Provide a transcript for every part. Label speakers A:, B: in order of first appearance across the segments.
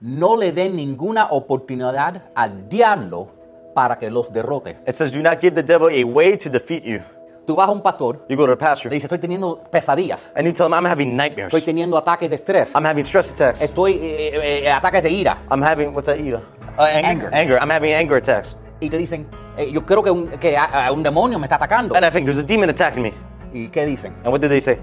A: no le den ninguna oportunidad al diablo para que los derrote.
B: It says, Do not give the devil a way to defeat you.
A: Tú vas a un pastor,
B: You go to a pastor
A: le dices, estoy teniendo pesadillas,
B: and you tell him, I'm having nightmares.
A: estoy teniendo ataques de estrés,
B: I'm having stress attacks.
A: estoy eh, eh, eh, ataques de ira,
B: I'm having, what's that, Ida?
A: eh, anger.
B: Anger. I'm having anger attacks.
A: Y te dicen, eh, yo creo que, un, que ah, ah, un demonio me está atacando.
B: And I think there's a demon attacking me.
A: ¿Y qué dicen?
B: And what do they say?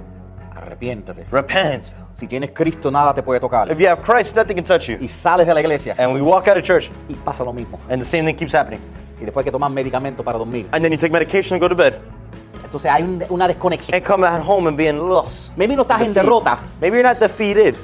A: Arrepiéntate.
B: Repent.
A: Si tienes Cristo, nada te puede tocar.
B: If you have Christ, nothing can touch you.
A: Y sales de la iglesia
B: And we walk out of church,
A: y pasa lo mismo.
B: and the same thing keeps happening.
A: Y después hay que tomar medicamento para dormir.
B: And then you take medication and go to bed,
A: Entonces hay un- una desconexión.
B: and come out home and being lost.
A: Maybe no estás en
B: Defeat.
A: derrota,
B: Maybe you're not defeated,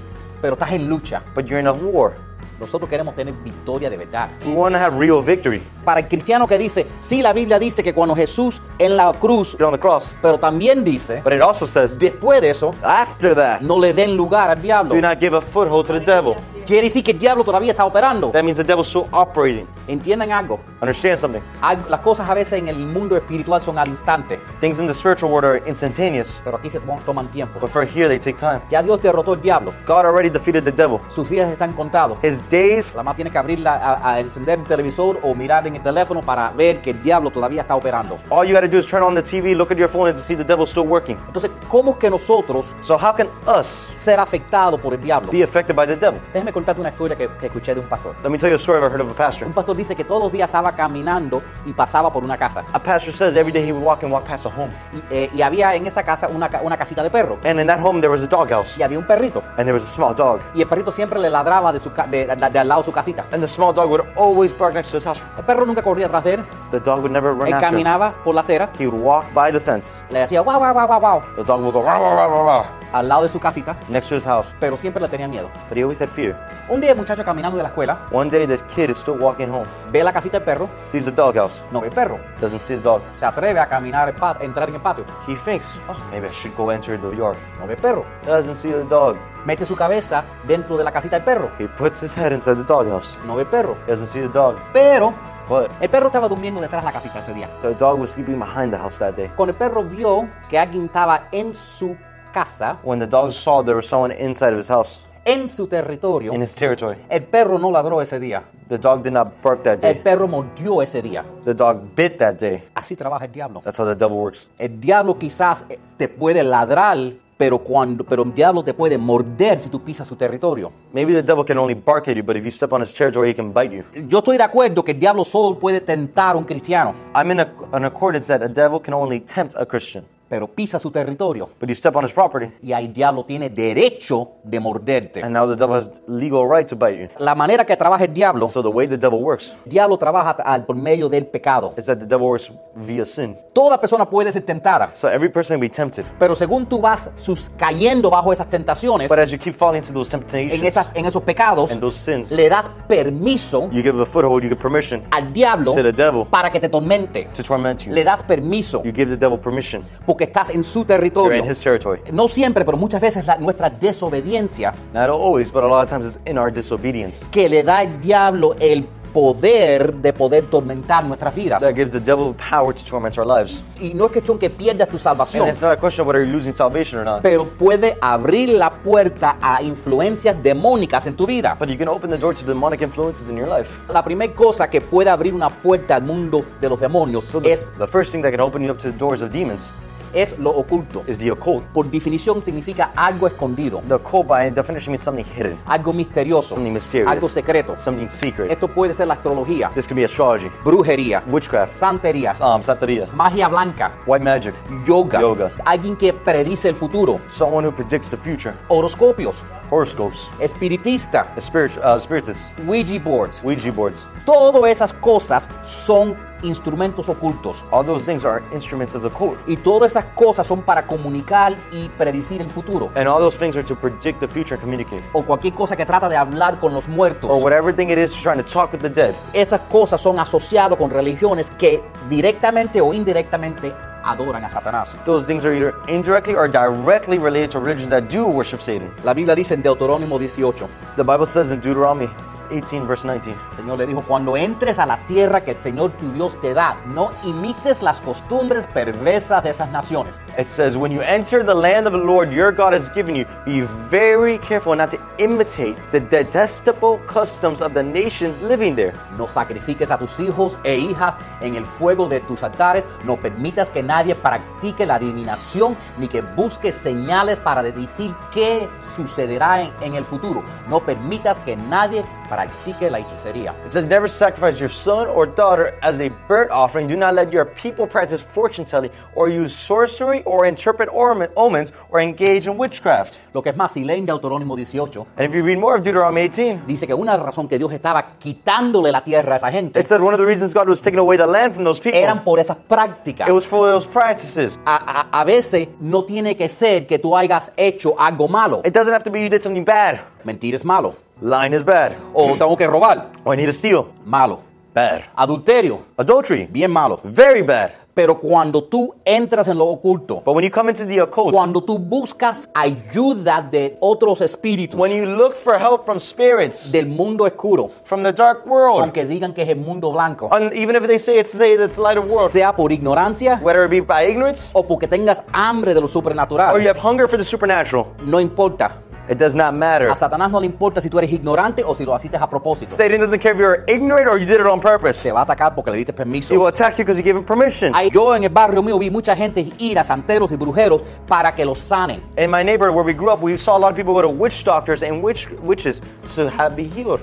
A: pero estás en lucha.
B: but you're in a war.
A: Nosotros queremos tener victoria de verdad.
B: We want to have real victory.
A: Para el cristiano que dice, sí, la Biblia dice que cuando Jesús en la cruz,
B: Get on the cross.
A: pero también dice,
B: But it also says,
A: después de eso,
B: after that,
A: no le den lugar al diablo.
B: do not give a foothold to the devil.
A: Quiere decir que el diablo todavía está operando.
B: That means the devil's still operating.
A: Entiendan algo.
B: Understand something.
A: Al- Las cosas a veces en el mundo espiritual son al instante,
B: Things in the spiritual world are instantaneous,
A: pero aquí se tom- toman tiempo.
B: but for here they take time.
A: Ya Dios derrotó al diablo.
B: God already defeated the devil.
A: Sus días están contados.
B: His days,
A: La más tiene que abrirla a, a encender el televisor o mirar en el teléfono para ver que el diablo todavía está operando.
B: all you got to do is turn on the TV, look at your phone, and to see the devil's still working.
A: Entonces, ¿cómo es que nosotros
B: So how can us
A: ser afectados por el diablo?
B: be affected by the devil?
A: Déjame contarte una historia que, que escuché de un pastor.
B: Let me tell you a story I heard of a pastor.
A: Un pastor dice que todos los días estaba caminando y pasaba por una casa.
B: A pastor says every day he would walk and walk past a home,
A: Y, eh, y había en esa casa una, ca- una casita de perro.
B: and in that home there was a doghouse,
A: Y había un perrito.
B: and there was a small dog,
A: Y el perrito siempre le ladraba de, su ca- de- de- de al lado de su casita.
B: and the small dog would always bark next to his house.
A: El perro nunca corría atrás de él.
B: The dog would never run
A: Él
B: after. him.
A: caminaba por la acera.
B: He would walk by the fence.
A: Le decía guau, guau, guau, guau, guau.
B: The dog would go rah, rah, rah, rah, rah,
A: Al lado de su casita.
B: next to his house,
A: Pero siempre le tenía miedo.
B: but he always had fear.
A: Un día el muchacho caminando de la escuela
B: One day, the kid is still walking home,
A: ve la casita del perro.
B: sees the doghouse,
A: No ve el perro.
B: doesn't see the dog.
A: Se atreve a caminar, el pa- entrar en el patio.
B: He thinks, oh, maybe I should go enter the yard.
A: No ve el perro.
B: Doesn't see the dog.
A: Mete su cabeza dentro de la casita del perro.
B: He puts his head inside the doghouse.
A: No ve el perro.
B: Doesn't see the dog.
A: Pero
B: But
A: el perro estaba durmiendo detrás de la casita ese día.
B: the dog was sleeping behind the house that day.
A: Cuando el perro vio que alguien estaba en su casa,
B: When the dog saw there was someone inside of his house,
A: en su territorio,
B: in his territory,
A: el perro no ladró ese día.
B: the dog did not bark that
A: El
B: day.
A: perro mordió ese día.
B: The dog bit that day.
A: Así trabaja el diablo.
B: That's how the devil works.
A: El diablo quizás eh, te puede ladrar, pero cuando, pero el diablo te puede morder si tú pisas su territorio.
B: Maybe the devil can only bark at you, but if you step on his territory, he can bite you.
A: Yo estoy de acuerdo que el diablo solo puede tentar a un cristiano,
B: I'm in a, an accordance that a devil can only tempt a Christian,
A: pero pisa su territorio
B: but you step on his property,
A: y ahí el diablo tiene derecho de morderte.
B: and now the devil has legal right to bite you.
A: La manera que trabaja el diablo,
B: So the way the devil works
A: el diablo trabaja al- por medio del pecado.
B: is that the devil works via sin.
A: Toda persona puede ser tentada,
B: So every person can be tempted.
A: pero según tú vas sus- cayendo bajo esas tentaciones,
B: But as you keep falling into those temptations
A: en, esas, en esos pecados,
B: and those sins,
A: le das permiso
B: you give a foothold, you give permission
A: al diablo
B: To the devil.
A: para que te tormente.
B: to torment
A: Le
B: you.
A: das permiso
B: You give the devil permission.
A: porque estás en su
B: You're
A: territorio.
B: in his territory.
A: No siempre, pero muchas veces la- nuestra desobediencia
B: Not always, but a lot of times it's in our disobedience.
A: que le da al diablo el poder de poder tormentar nuestras vidas.
B: That gives the devil power to torment our lives.
A: Y no es cuestión que pierdas tu
B: And
A: salvación,
B: it's not a question of whether you're losing salvation or not.
A: pero puede abrir la puerta a influencias demónicas en tu vida.
B: But you can open the door to demonic influences in your life.
A: La primera cosa que puede abrir una puerta al mundo de los demonios
B: So the,
A: es,
B: the first thing that can open you up to the doors of demons
A: es lo oculto.
B: is the occult.
A: Por definición significa algo escondido,
B: The occult, by definition, means something hidden,
A: algo misterioso,
B: something mysterious,
A: algo secreto.
B: something secret.
A: Esto puede ser la astrología,
B: This could be astrology,
A: brujería,
B: witchcraft,
A: santería,
B: um, santeria,
A: magia blanca,
B: white magic,
A: yoga,
B: Yoga.
A: alguien que predice el futuro,
B: someone who predicts the future,
A: horoscopios,
B: horoscopes,
A: espiritista,
B: spirit, uh, spiritists,
A: Ouija boards.
B: Ouija boards.
A: Todas esas cosas son instrumentos ocultos.
B: All those things are instruments of the cult.
A: Y todas esas cosas son para comunicar y predecir el futuro.
B: And all those things are to predict the future and communicate.
A: O cualquier cosa que trata de hablar con los
B: Or
A: muertos.
B: whatever thing it is trying to talk with the dead.
A: Esas cosas son asociadas con religiones que directamente o indirectamente adoran a Satanás.
B: Those things are either indirectly or directly related to religions that do worship Satan.
A: La Biblia dice en Deuteronomo 18,
B: The Bible says in Deuteronomy 18, verse 19,
A: el Señor le dijo, cuando entres a la tierra que el Señor tu Dios te da, no imites las costumbres perversas de esas naciones.
B: it says, When you enter the land of the Lord your God has given you, be very careful not to imitate the detestable customs of the nations living there.
A: No sacrifiques a tus hijos e hijas en el fuego de tus altares. No permitas que nadie practique la adivinación ni que busque señales para decir qué sucederá en, en el futuro. No permitas que nadie practique la hechicería.
B: It says, Never sacrifice your son or daughter as a burnt offering. Do not let your people practice fortune telling or use sorcery or interpret orm- omens or engage in witchcraft.
A: Lo que es más, si leen Deuteronomy 18,
B: And if you read more of Deuteronomy 18,
A: dice que una razón que Dios estaba quitándole la tierra a esa gente
B: it said one of the reasons God was taking away the land from those people,
A: eran por esas prácticas.
B: it was for those practices.
A: A, a- a veces no tiene que ser que tú hayas hecho algo malo.
B: It doesn't have to be you did something bad.
A: Mentir es malo.
B: Lying is bad.
A: O tengo que robar.
B: Or I need to steal.
A: Malo.
B: Bad.
A: Adulterio.
B: Adultery.
A: Bien malo.
B: Very bad.
A: Pero cuando tú entras en lo oculto,
B: But when you come into the occult,
A: cuando tú buscas ayuda de otros espíritus
B: when you look for help from spirits,
A: del mundo oscuro,
B: from the dark world,
A: aunque digan que es el mundo blanco,
B: and even if they say it's say it's the light of world,
A: sea por ignorancia
B: whether it be by ignorance
A: o porque tengas hambre de lo
B: or you
A: supernatural,
B: have hunger for the supernatural,
A: no importa.
B: it does not matter.
A: A Satanás no le importa si tú eres ignorante o si lo haces a propósito.
B: Satan doesn't care if you're ignorant or you did it on purpose.
A: Se va a atacar porque le diste
B: He will
A: permiso.
B: attack you because you gave him permission.
A: Ay, Yo en el barrio mío vi mucha gente ir a santeros y brujeros para que los sanen.
B: In my neighborhood where we grew up, we saw a lot of people go to witch doctors and witch witches to have be healed.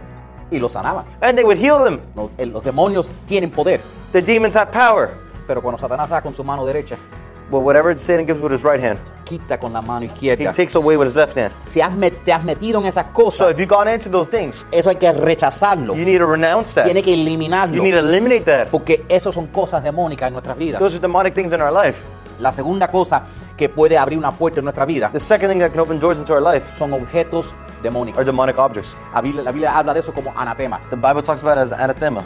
A: Y los sanaban.
B: And they would heal them.
A: Los- los demonios tienen poder.
B: The demons have power.
A: Pero cuando Satanás da con su mano derecha,
B: Well, whatever Satan gives with his right hand,
A: quita con la mano
B: he
A: izquierda.
B: takes away with his left hand.
A: Si has met- te has metido en esas
B: So
A: cosas,
B: if you've gone into those things,
A: eso hay que rechazarlo.
B: you need to renounce
A: Tiene
B: that.
A: que
B: You need
A: eliminarlo.
B: to eliminate that.
A: Porque eso son cosas demónicas en nuestras vidas.
B: Those are demonic things in our life.
A: La segunda cosa que puede abrir una puerta en nuestra vida
B: The second thing that can open doors into our life
A: son objetos
B: are
A: demónicos.
B: demonic objects.
A: La Biblia, la Biblia habla de eso como anatema.
B: The Bible talks about it as anathema.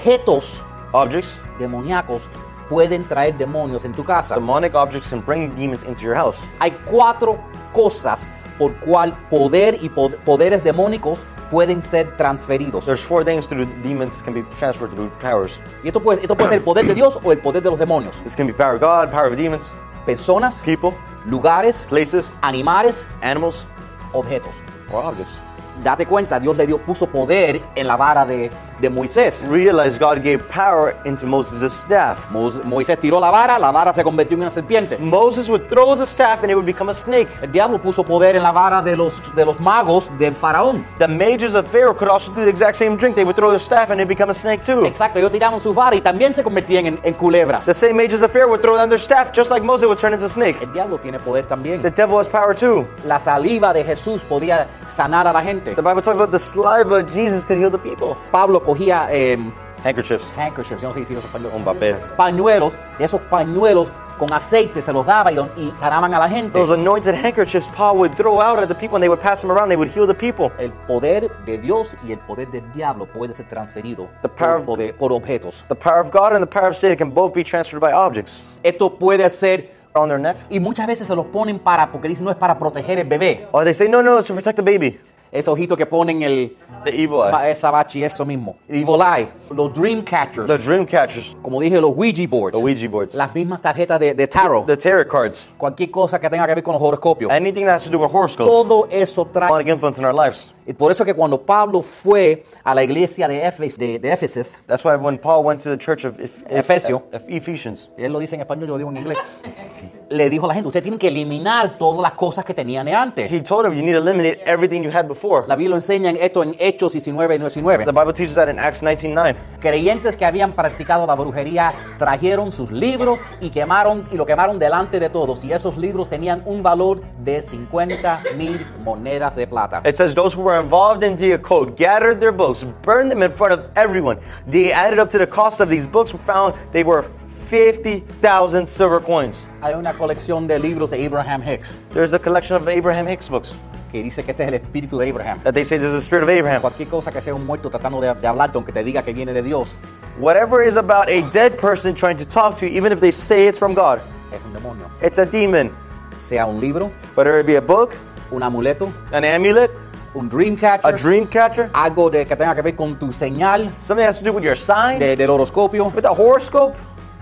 A: Objetos
B: Objects,
A: demoníacos pueden traer demonios en tu casa.
B: demonic objects can bring demons into your house.
A: Hay cuatro cosas por cual poder y pod- poderes demónicos pueden ser transferidos.
B: There's four things through demons can be transferred through powers.
A: Y esto puede, esto puede ser el poder de Dios o el poder de los demonios.
B: This can be power of God, power of demons,
A: Personas,
B: people,
A: lugares,
B: places,
A: animales,
B: animals,
A: objetos.
B: or objects.
A: Date cuenta, Dios le dio, puso poder en la vara de, de Moisés.
B: Realize God gave power into Moses' staff.
A: Mo- Moisés tiró la vara, la vara se convirtió en una serpiente.
B: Moses would throw the staff and it would become a snake.
A: El diablo puso poder en la vara de los, de los magos del faraón.
B: The mages of Pharaoh could also do the exact same drink. They would throw their staff and it'd become a snake too.
A: Exacto, ellos tiraron sus varas y también se convertían en, en culebras.
B: The same mages of Pharaoh would throw down their staff just like Moses would turn into a snake.
A: El diablo tiene poder también.
B: The devil has power too.
A: La saliva de Jesús podía sanar a la gente.
B: The Bible talks about the saliva of Jesus could heal the people.
A: Pablo cogía eh,
B: Handkerchiefs.
A: handkerchiefs, yo no sé si los españoles.
B: Un papel.
A: pañuelos, de esos pañuelos con aceite se los daba y, y sanaban a la gente.
B: Those anointed handkerchiefs Paul would throw out at the people and they would pass them around. They would heal the people.
A: El poder de Dios y el poder del diablo puede ser transferido
B: The power
A: por,
B: of-
A: poder- por objetos.
B: The power of God and the power of Satan can both be transferred by objects.
A: Esto puede ser,
B: On their neck.
A: y muchas veces se los ponen para, porque dicen no es para proteger el bebé.
B: Or Oh, they say, no, no, it's to protect the baby.
A: Ese ojito que ponen el
B: The evil
A: ba- esa bachi, eso mismo. Evil Eye, los Dream Catchers,
B: The dream catchers.
A: como dije, los Ouija boards,
B: The Ouija boards.
A: las mismas tarjetas de, de tarot,
B: The tarot cards.
A: cualquier cosa que tenga que ver con los horoscopios.
B: Anything that has to do with horoscopes.
A: Todo eso trae
B: Demonic influence in our lives.
A: Y por eso que cuando Pablo fue a la iglesia de, Éfes- de, de Éfesis,
B: That's why when Paul went to the church of Eph-
A: Efesio.
B: Eph- Ephesians,
A: él lo dice en español, yo lo digo en inglés, le dijo a la gente, ustedes tienen que eliminar todas las cosas que tenían de antes.
B: he told him you need to eliminate everything you had before.
A: La Biblia lo enseña en esto en Hechos 19 y
B: The
A: 19.
B: Bible teaches that in Acts 19.9.
A: Creyentes que habían practicado la brujería trajeron sus libros y quemaron y lo quemaron delante de todos. Y esos libros tenían un valor de 50 mil monedas de plata.
B: It says those who were involved in the occult gathered their books, burned them in front of everyone. They added up to the cost of these books, found they were 50,000 silver coins.
A: Hay una colección de libros de Abraham Hicks
B: There's a collection of Abraham Hicks books
A: que dice que este es el espíritu de Abraham.
B: that they say this is the spirit of Abraham.
A: Cualquier cosa que sea un muerto tratando de, de hablarte, aunque te diga que viene de Dios,
B: Whatever is about a dead person trying to talk to you, even if they say it's from God,
A: es un demonio.
B: it's a demon.
A: Sea un libro,
B: Whether it be a book,
A: un amuleto,
B: an amulet,
A: un dream catcher,
B: a dream catcher,
A: algo de, que tenga que ver con tu señal
B: something that has to do with your sign,
A: de- del horoscopio.
B: with the horoscope,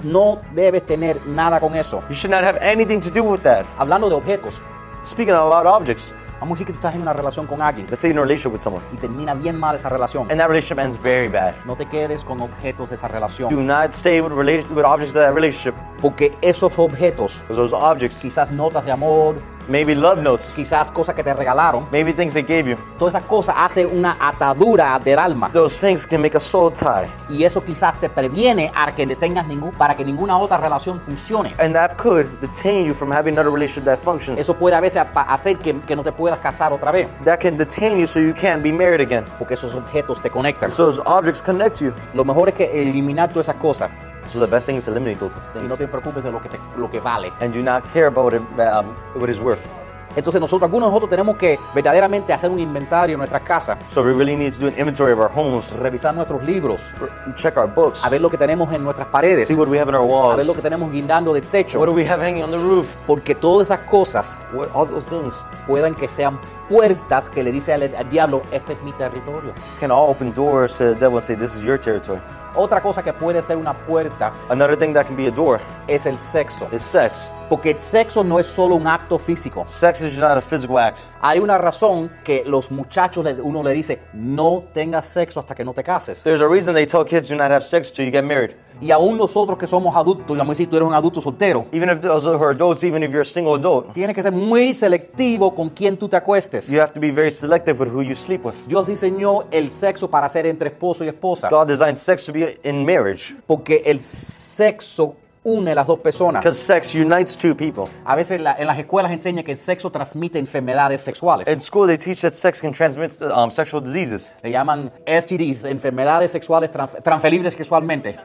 A: No debes tener nada con eso.
B: you should not have anything to do with that.
A: Hablando de objetos,
B: Speaking of about objects,
A: vamos a decir que tú estás en una relación con alguien
B: let's say you're in a relationship with someone,
A: y termina bien mal esa relación.
B: and that relationship ends very bad.
A: No te quedes con objetos de esa
B: Do
A: relación,
B: not stay with, rela- with objects of that relationship,
A: porque esos objetos,
B: because those objects,
A: quizás notas de amor,
B: maybe love notes,
A: quizás cosas que te regalaron,
B: maybe things they gave you,
A: todas esas cosas hacen una atadura del alma
B: those things can make a soul tie,
A: y eso quizás te previene a que le tengas ningún, para que ninguna otra relación funcione.
B: and that could detain you from having another relationship that functions.
A: Eso puede a veces apa- hacer que, que no te puedas casar otra vez,
B: That can detain you so you can't be married again.
A: porque esos objetos te conectan.
B: So those objects connect you.
A: Lo mejor es que eliminar todas esas cosas
B: So the best thing is to eliminate those
A: y
B: things.
A: no te preocupes de lo que, te- lo que vale.
B: and do not care about what it, um, what it's worth.
A: Entonces nosotros, algunos de nosotros tenemos que verdaderamente hacer un inventario en nuestras casas,
B: So we really need to do an inventory of our homes,
A: revisar nuestros libros,
B: r- check our books,
A: a ver lo que tenemos en nuestras paredes,
B: see what we have in our
A: a ver lo
B: walls,
A: que tenemos guindando del techo,
B: what do we have hanging on the roof,
A: porque todas esas cosas
B: what, all those things
A: puedan que sean puertas que le dice al, al diablo, este es mi territorio.
B: can all open doors to the devil and say, "This is your territory."
A: Otra cosa que puede ser una puerta
B: Another thing that can be a door
A: es el sexo,
B: is sex.
A: porque el sexo no es solo un acto físico.
B: Sex is not a physical act.
A: Hay una razón que los muchachos, le- uno le dice, no tengas sexo hasta que no te cases.
B: There's a reason they tell kids do not have sex till you get married.
A: Y aún nosotros que somos adultos, vamos a decir, tú eres un adulto soltero,
B: Even if those are adults, even if you're a single adult,
A: tienes que ser muy selectivo con quién tú te acuestes.
B: you have to be very selective with who you sleep with.
A: Dios diseñó el sexo para ser entre esposo y esposa,
B: God designed sex to be in marriage
A: porque el sexo une a las dos personas.
B: because sex unites two people.
A: A veces la- en las escuelas enseña que el sexo transmite enfermedades sexuales.
B: In school, they teach that sex can transmit um, sexual diseases,
A: Le llaman STDs, enfermedades sexuales tran- transferibles sexualmente.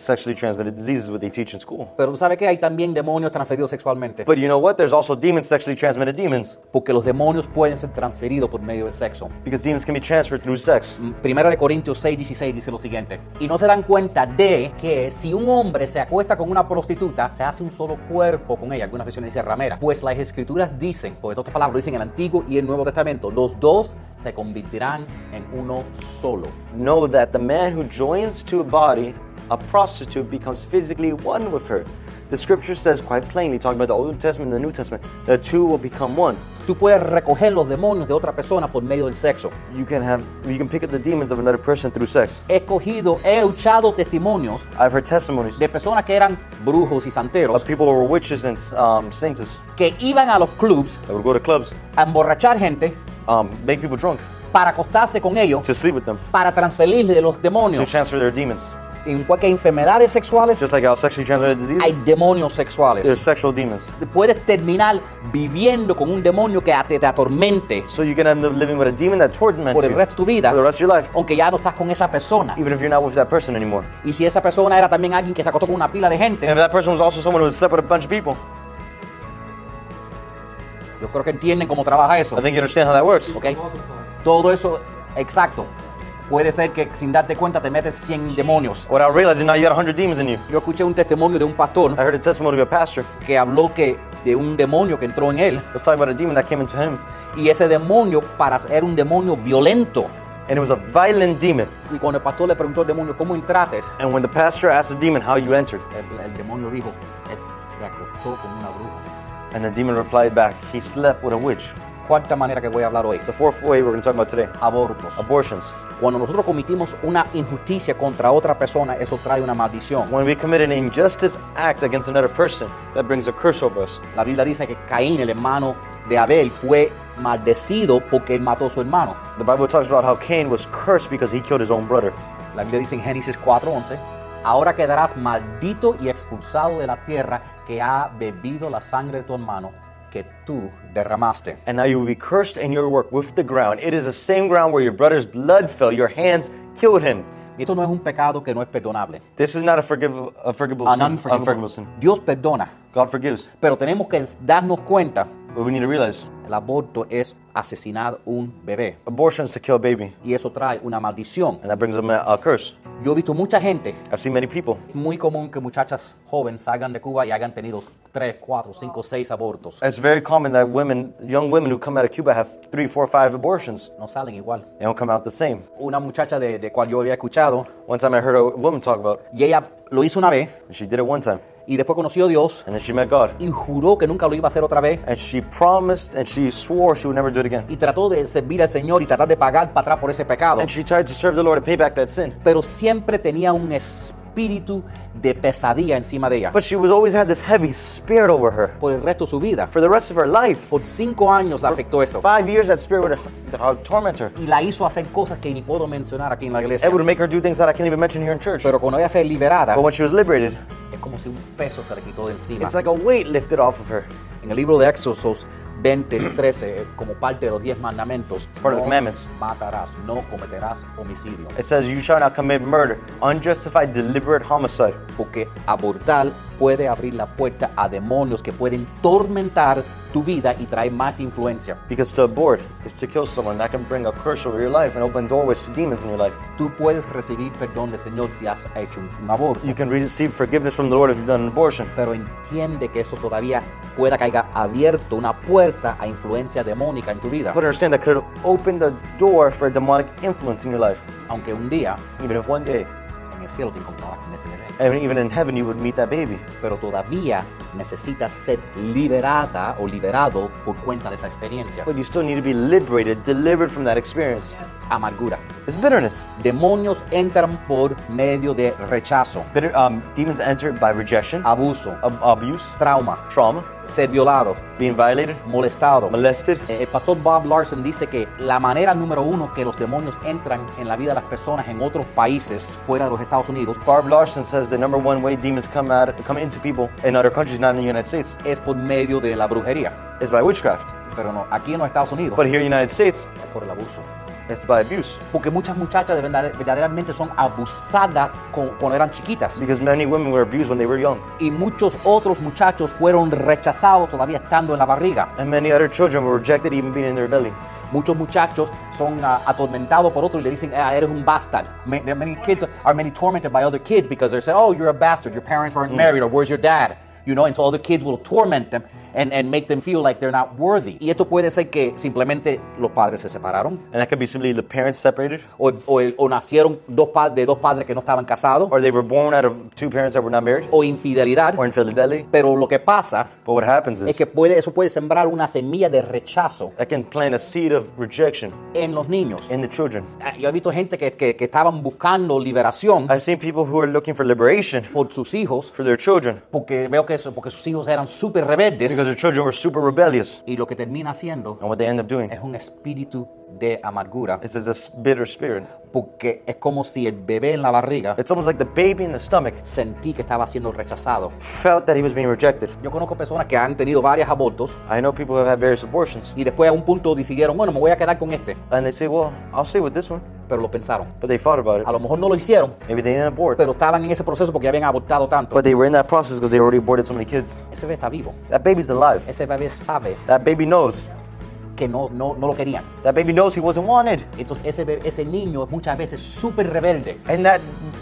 B: sexually transmitted diseases, what they teach in school.
A: Pero tú sabes que hay también demonios transferidos sexualmente.
B: But you know what? There's also demons, sexually transmitted demons,
A: Porque los demonios pueden ser transferidos por medio del sexo.
B: because demons can be transferred through sex.
A: Primera de Corintios 6, 16 dice lo siguiente. Y no se dan cuenta de que si un hombre se acuesta con una prostituta, se hace un solo cuerpo con ella. Algunas versiones dicen ramera. Pues las escrituras dicen, pues en otras palabras, dicen el Antiguo y el Nuevo Testamento, los dos se convertirán en uno solo.
B: Know that the man who joins to a body, a prostitute, becomes physically one with her. The scripture says quite plainly, talking about the Old Testament and the New Testament, the two will become one.
A: Tú puedes recoger los demonios de otra persona por medio del sexo.
B: You can have, you can pick up the demons of another person through sex.
A: He cogido, he escuchado testimonios
B: I've heard testimonies
A: de personas que eran brujos y santeros
B: of people who were witches and um, saints
A: que iban a los clubs
B: that would go to clubs,
A: a emborrachar gente
B: um, make people drunk,
A: para acostarse con ellos,
B: to sleep with them.
A: para transferirle los
B: to
A: demonios.
B: transfer their demons.
A: En cualquier enfermedades sexuales
B: Just like how sexually transmitted
A: hay
B: diseases,
A: demonios
B: there's
A: sexuales.
B: sexual demons.
A: Puedes terminar viviendo con un demonio que te, te atormente
B: So you can end up living with a demon that torments
A: por el
B: you
A: resto de tu vida,
B: for the rest of your life,
A: aunque ya no estás con esa persona.
B: even if you're not with that person anymore.
A: Y si esa persona era también alguien que se acostó con una pila de gente,
B: And if that person was also someone who was slept with a bunch of people,
A: yo creo que entienden cómo trabaja eso.
B: I think you understand how that works.
A: ¿ok? Todo eso, exacto. Puede ser que sin darte cuenta te metes 100 demonios.
B: Without realizing now you got 100 demons in you.
A: Yo escuché un testimonio de un pastor
B: I heard a testimony of a pastor
A: que habló que de un demonio que entró en él
B: was talking about a demon that came into him,
A: y ese demonio para ser un demonio violento.
B: and it was a violent demon.
A: Y cuando el pastor le preguntó al demonio cómo entraste,
B: And when the pastor asked the demon how you entered,
A: el, el demonio dijo, "Es- se acostó con una bruja.
B: and the demon replied back, he slept with a witch.
A: Cuarta manera que voy a hablar hoy,
B: The fourth way we're going to talk about today
A: abortos.
B: abortions.
A: Cuando nosotros cometimos una injusticia contra otra persona, eso trae una maldición.
B: When we commit an injustice act against another person, that brings a curse over us.
A: La Biblia dice que Caín, el hermano de Abel, fue maldecido porque él mató a su hermano.
B: The Bible talks about how Cain was cursed because he killed his own brother.
A: La Biblia dice en Génesis 4:11, ahora quedarás maldito y expulsado de la tierra que ha bebido la sangre de tu hermano que tú derramaste.
B: And now you will be cursed in your work with the ground. It is the same ground where your brother's blood fell. Your hands killed him.
A: Esto no es un pecado que no es perdonable. Ah,
B: This is not a forgivable, a forgivable
A: An
B: sin.
A: unforgivable.
B: Unforgivable sin.
A: Dios perdona,
B: God forgives.
A: pero tenemos que darnos cuenta
B: But we need to realize
A: El aborto es asesinar un bebé
B: abortion is to kill a baby,
A: y eso trae una maldición.
B: and that brings them a, a curse.
A: Yo he visto mucha gente,
B: I've seen many people.
A: es muy común que muchachas jóvenes salgan de Cuba y hayan tenido 3, 4, 5, 6 abortos.
B: It's very common that women, young women who come out of Cuba, have three, four, five abortions.
A: No salen igual.
B: They don't come out the same.
A: Una muchacha de, de cual yo había escuchado,
B: One time I heard a woman talk about,
A: y ella lo hizo una vez
B: and she did it one time,
A: y después conoció a Dios
B: and then she met God,
A: y juró que nunca lo iba a hacer otra vez
B: and she promised and she swore she would never do it again.
A: y trató de servir al Señor y tratar de pagar para atrás por ese pecado.
B: And she tried to serve the Lord and pay back that sin,
A: Pero siempre tenía un espíritu de pesadilla encima de ella
B: but she was always had this heavy spirit over her
A: por el resto de su vida.
B: for the rest of her life.
A: Por cinco años la afectó eso
B: Five years that spirit would h- h- torment her.
A: y la hizo hacer cosas que ni puedo mencionar aquí en la iglesia.
B: It would make her do things that I can't even mention here in church.
A: Pero cuando ella fue liberada,
B: But when she was liberated,
A: es como si un peso se le quitó de encima.
B: it's like a weight lifted off of her.
A: En el libro de Éxodos 20, 13, eh, como parte de los 10 mandamientos,
B: part of the commandments.
A: matarás, no cometerás homicidio.
B: It says, You shall not commit murder, unjustified, deliberate homicide.
A: Porque abortar puede abrir la puerta a demonios que pueden tormentar tu vida y traer más influencia.
B: Because to abort is to kill someone. That can bring a curse over your life and open doorways to demons in your life.
A: Tú puedes recibir perdón del Señor si has hecho un un aborto.
B: You can receive forgiveness from the Lord if you've done an abortion.
A: Pero entiende que eso todavía pueda caiga abierto una puerta a influencia demónica en tu vida.
B: But understand that could open the door for demonic influence in your life.
A: Aunque un día
B: Even if one day,
A: en el cielo te encontrarás con ese bebé.
B: and even in heaven, you would meet that baby.
A: Pero todavía necesitas ser liberada o liberado por cuenta de esa experiencia.
B: But you still need to be liberated, delivered from that experience.
A: Amargura.
B: It's bitterness.
A: Demonios entran por medio de rechazo,
B: Bitter, um, demons enter by rejection,
A: abuso,
B: ab- abuse,
A: trauma,
B: trauma,
A: ser violado,
B: being violated,
A: molestado.
B: molested.
A: Eh, El pastor Bob Larson dice que la manera número uno que los demonios entran en la vida de las personas en otros países fuera de los Estados Unidos
B: Barb Larson says the number one way demons come out come into people in other countries, not in the United States,
A: es por medio de la brujería.
B: is by witchcraft.
A: Pero no, aquí en los Estados Unidos
B: But here in the United States,
A: es por el abuso.
B: it's by abuse.
A: Porque muchas muchachas de verdad- verdaderamente son abusadas con- cuando eran chiquitas.
B: Because many women were abused when they were young.
A: Y muchos otros muchachos fueron rechazados todavía estando en la barriga.
B: And many other children were rejected even being in their belly.
A: Muchos muchachos son ah, atormentados por otros y le dicen, "Ah, eres un bastard. Ma- there are Many kids are many tormented by other kids because they say, oh, you're a bastard. Your parents weren't married or where's your dad? You know, and so other kids will torment them and, and make them feel like they're not worthy. Y esto puede ser que simplemente los padres se separaron
B: And that could be simply the parents separated,
A: o, o- o nacieron dos pa- de dos padres que no estaban casados
B: or they were born out of two parents that were not married,
A: o infidelidad.
B: or infidelity.
A: Pero lo que pasa
B: But what happens
A: es
B: is
A: que puede, eso puede sembrar una semilla de rechazo
B: that can plant a seed of rejection
A: en los niños.
B: in the children.
A: Ah, Yo he visto gente que, que- que estaban buscando liberación
B: I've seen people who are looking for liberation
A: por sus hijos,
B: for their children
A: porque veo que eso, porque sus hijos eran súper
B: because
A: rebeldes.
B: their children were super rebellious.
A: Y lo que termina haciendo
B: And what they end up doing
A: es un espíritu de amargura,
B: is there's this bitter spirit.
A: porque es como si el bebé en la barriga
B: It's almost like the baby in the stomach
A: sentí que estaba siendo rechazado.
B: felt that he was being rejected.
A: Yo conozco personas que han tenido varios abortos
B: I know people who have had various abortions,
A: y después a un punto decidieron, bueno, me voy a quedar con este,
B: and they say, "Well, I'll stay with this one,"
A: pero lo pensaron.
B: but they thought about
A: A
B: it.
A: lo mejor no lo hicieron,
B: Maybe they didn't abort,
A: pero estaban en ese proceso porque ya habían abortado tanto.
B: but they were in that process because they already aborted so many kids.
A: Ese bebé está vivo.
B: That baby's alive.
A: Ese bebé sabe
B: That baby knows.
A: que no, no, no lo querían.
B: That baby knows he wasn't wanted,
A: Entonces ese, bebé- ese niño es muchas veces súper rebelde.
B: and that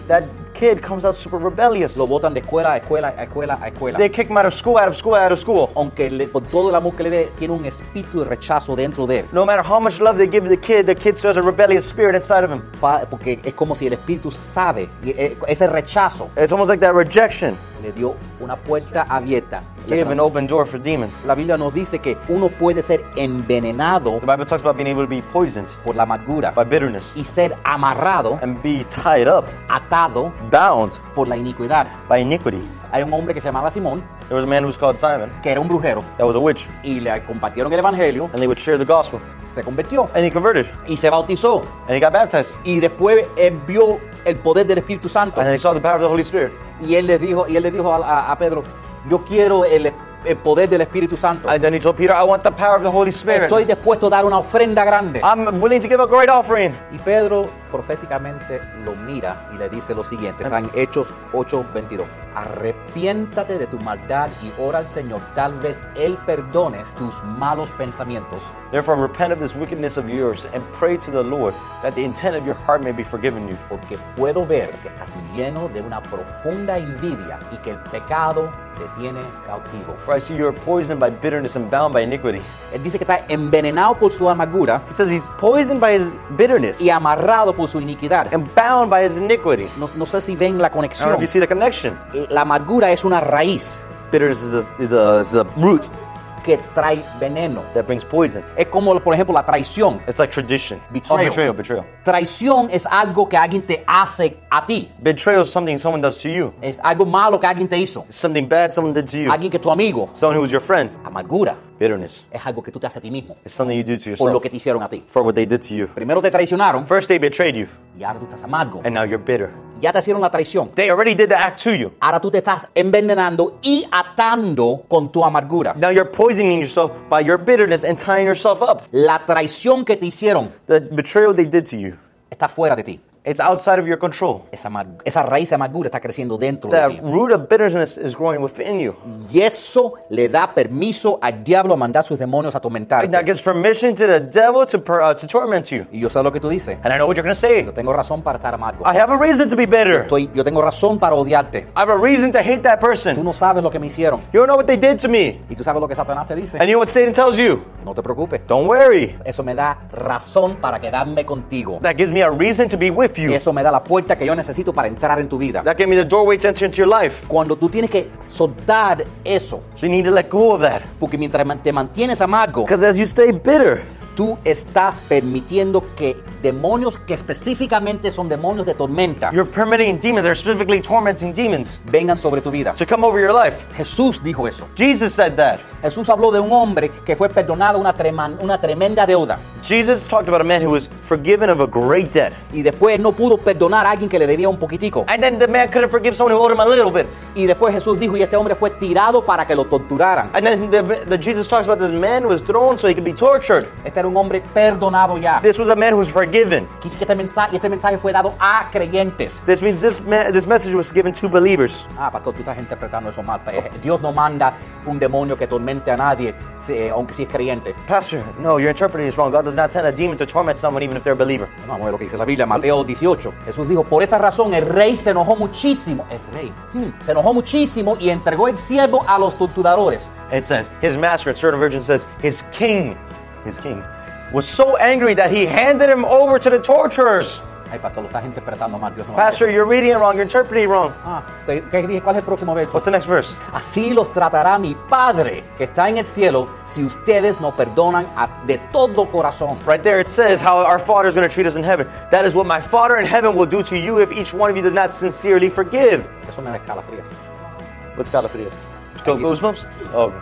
B: that kid comes out super rebellious.
A: Lo botan de escuela a escuela a escuela a escuela.
B: They kick him out of school, out of school, out of school.
A: Aunque le- por todo el amor que le dé, tiene un espíritu de rechazo dentro de él.
B: No matter how much love they give the kid, the kid still has a rebellious spirit inside of him.
A: Pa- Porque es como si el espíritu sabe. y, eh, ese rechazo
B: It's almost like that rejection
A: le dio una puerta abierta. La,
B: gave an
A: trans-
B: open door for demons.
A: la Biblia nos dice que uno puede ser envenenado
B: The Bible talks about being able to be poisoned
A: por la amargura
B: by bitterness
A: y ser amarrado,
B: and be tied up,
A: atado
B: bound
A: por la iniquidad.
B: by iniquity.
A: Hay un hombre que se llamaba Simón,
B: There was a man who was called Simon
A: que era un brujero,
B: that was a witch,
A: y le compartieron el evangelio,
B: and they would share the gospel.
A: se convirtió
B: And he converted,
A: y se bautizó.
B: and he got baptized,
A: y después él vio el poder del Espíritu Santo
B: and then he saw the power of the Holy Spirit.
A: y él les dijo y él le dijo a, a- a Pedro yo quiero el, el poder del Espíritu Santo
B: And then he told Peter, I want the power of the Holy Spirit.
A: estoy dispuesto a dar una ofrenda grande
B: I'm willing to give a great offering.
A: y Pedro proféticamente lo mira y le dice lo siguiente, está en Hechos 8:22. Arrepiéntate de tu maldad y ora al Señor, tal vez Él perdones tus malos pensamientos.
B: Therefore, repent of this wickedness of yours and pray to the Lord that the intent of your heart may be forgiven you.
A: porque puedo ver que estás lleno de una profunda envidia y que el pecado te tiene cautivo.
B: For I see you are poisoned by bitterness and bound by iniquity.
A: Él dice que está envenenado por su amargura
B: He says he's poisoned by his bitterness
A: y amarrado por su iniquidad.
B: and bound by his iniquity.
A: No, no sé si ven la
B: I don't know
A: conexión.
B: if you see the connection.
A: Eh, La amargura es una raíz
B: Bitterness is a, is a, is a root
A: que trae veneno.
B: that brings poison.
A: Es como, por ejemplo, la traición.
B: It's like tradition.
A: Betrayal.
B: Oh, betrayal, betrayal.
A: Traición es algo que alguien te hace a ti.
B: Betrayal is something someone does to you.
A: Es algo malo que alguien te hizo.
B: It's something bad someone did to you.
A: Alguien que es tu amigo.
B: Someone who was your friend.
A: Amargura
B: Bitterness.
A: es algo que tú te haces a ti mismo
B: It's something you do to
A: por lo
B: yourself
A: que te hicieron a ti.
B: for what they did to you.
A: Primero te traicionaron
B: First they betrayed you,
A: y ahora tú estás amargo.
B: and now you're bitter.
A: Ya te hicieron la traición.
B: They already did the act to you.
A: Ahora tú te estás envenenando y atando con tu amargura.
B: Now you're poisoning yourself by your bitterness and tying yourself up.
A: La traición que te hicieron
B: The betrayal they did to you,
A: está fuera de ti.
B: it's outside of your control.
A: Esa, amar- esa raíz de amargura está creciendo dentro de ti.
B: That root of bitterness is growing within you.
A: Y eso le da permiso al diablo a mandar sus demonios a
B: And that
A: atormentarte.
B: gives permission to the devil to, per, uh, to torment you.
A: Y yo sé lo que tú dices.
B: And I know what you're going to say.
A: Yo tengo razón para estar amargo.
B: I have a reason to be bitter.
A: Estoy- yo tengo razón para odiarte.
B: I have a reason to hate that
A: Tú
B: person.
A: no sabes lo que me hicieron.
B: You don't know what they did to me.
A: Y tú sabes lo que Satanás te dice.
B: And you know what Satan tells you?
A: No te preocupes.
B: Don't worry.
A: Eso me da razón para quedarme contigo.
B: That gives me a reason to be with
A: Y
B: you.
A: eso me da la puerta que yo necesito para entrar en tu vida.
B: That gave me the doorway to enter into your life.
A: Cuando tú tienes que soltar eso,
B: So you need to let go of that.
A: porque mientras man- te mantienes amargo,
B: Because as you stay bitter,
A: tú estás permitiendo que demonios que específicamente son demonios de tormenta
B: you're permitting demons, they're specifically tormenting demons,
A: vengan sobre tu vida.
B: to come over your life.
A: Jesús dijo eso.
B: Jesus said that.
A: Jesús habló de un hombre que fue perdonado una, treman- una tremenda deuda
B: Jesus talked about a man who was forgiven of a great debt.
A: y después no pudo perdonar a alguien que le debía un poquitico.
B: And then the man couldn't forgive someone who owed him a little bit.
A: Y después Jesús dijo, y este hombre fue tirado para que lo torturaran.
B: And then the, the Jesus talks about this man who was thrown so he could be tortured.
A: Este era un hombre perdonado ya.
B: This was a man who was forgiven.
A: Quise que este mensaje, y este mensaje fue dado a creyentes.
B: This means this, ma- this message was given to believers.
A: Ah, pastor, tú estás interpretando eso mal. Eh, Dios no manda un demonio que tormente a nadie, si- eh, aunque sí es creyente.
B: Pastor, no, you're interpreting this wrong. God does not send a demon to torment someone even if they're a believer.
A: Vamos a ver lo que dice la Biblia, Mateo 18. Jesús dijo, por esta razón el rey se enojó muchísimo, el rey, hmm, se enojó muchísimo y entregó el siervo a los torturadores.
B: It says, his master, at certain virgin says, his king, his king, was so angry that he handed him over to the torturers.
A: Ay, pastor, lo estás interpretando mal, Dios no hace
B: Pastor,
A: eso.
B: you're reading it wrong, you're interpreting it wrong.
A: Ah, ¿qué, qué dije? ¿Cuál es el próximo verso?
B: What's the next verse?
A: Así los tratará mi Padre que está en el cielo si ustedes no perdonan a- de todo corazón.
B: Right there, it says how our Father is going to treat us in heaven. That is what my Father in heaven will do to you if each one of you does not sincerely forgive.
A: Eso me da escalofríos.
B: What's God for you? Go goosebumps? Oh.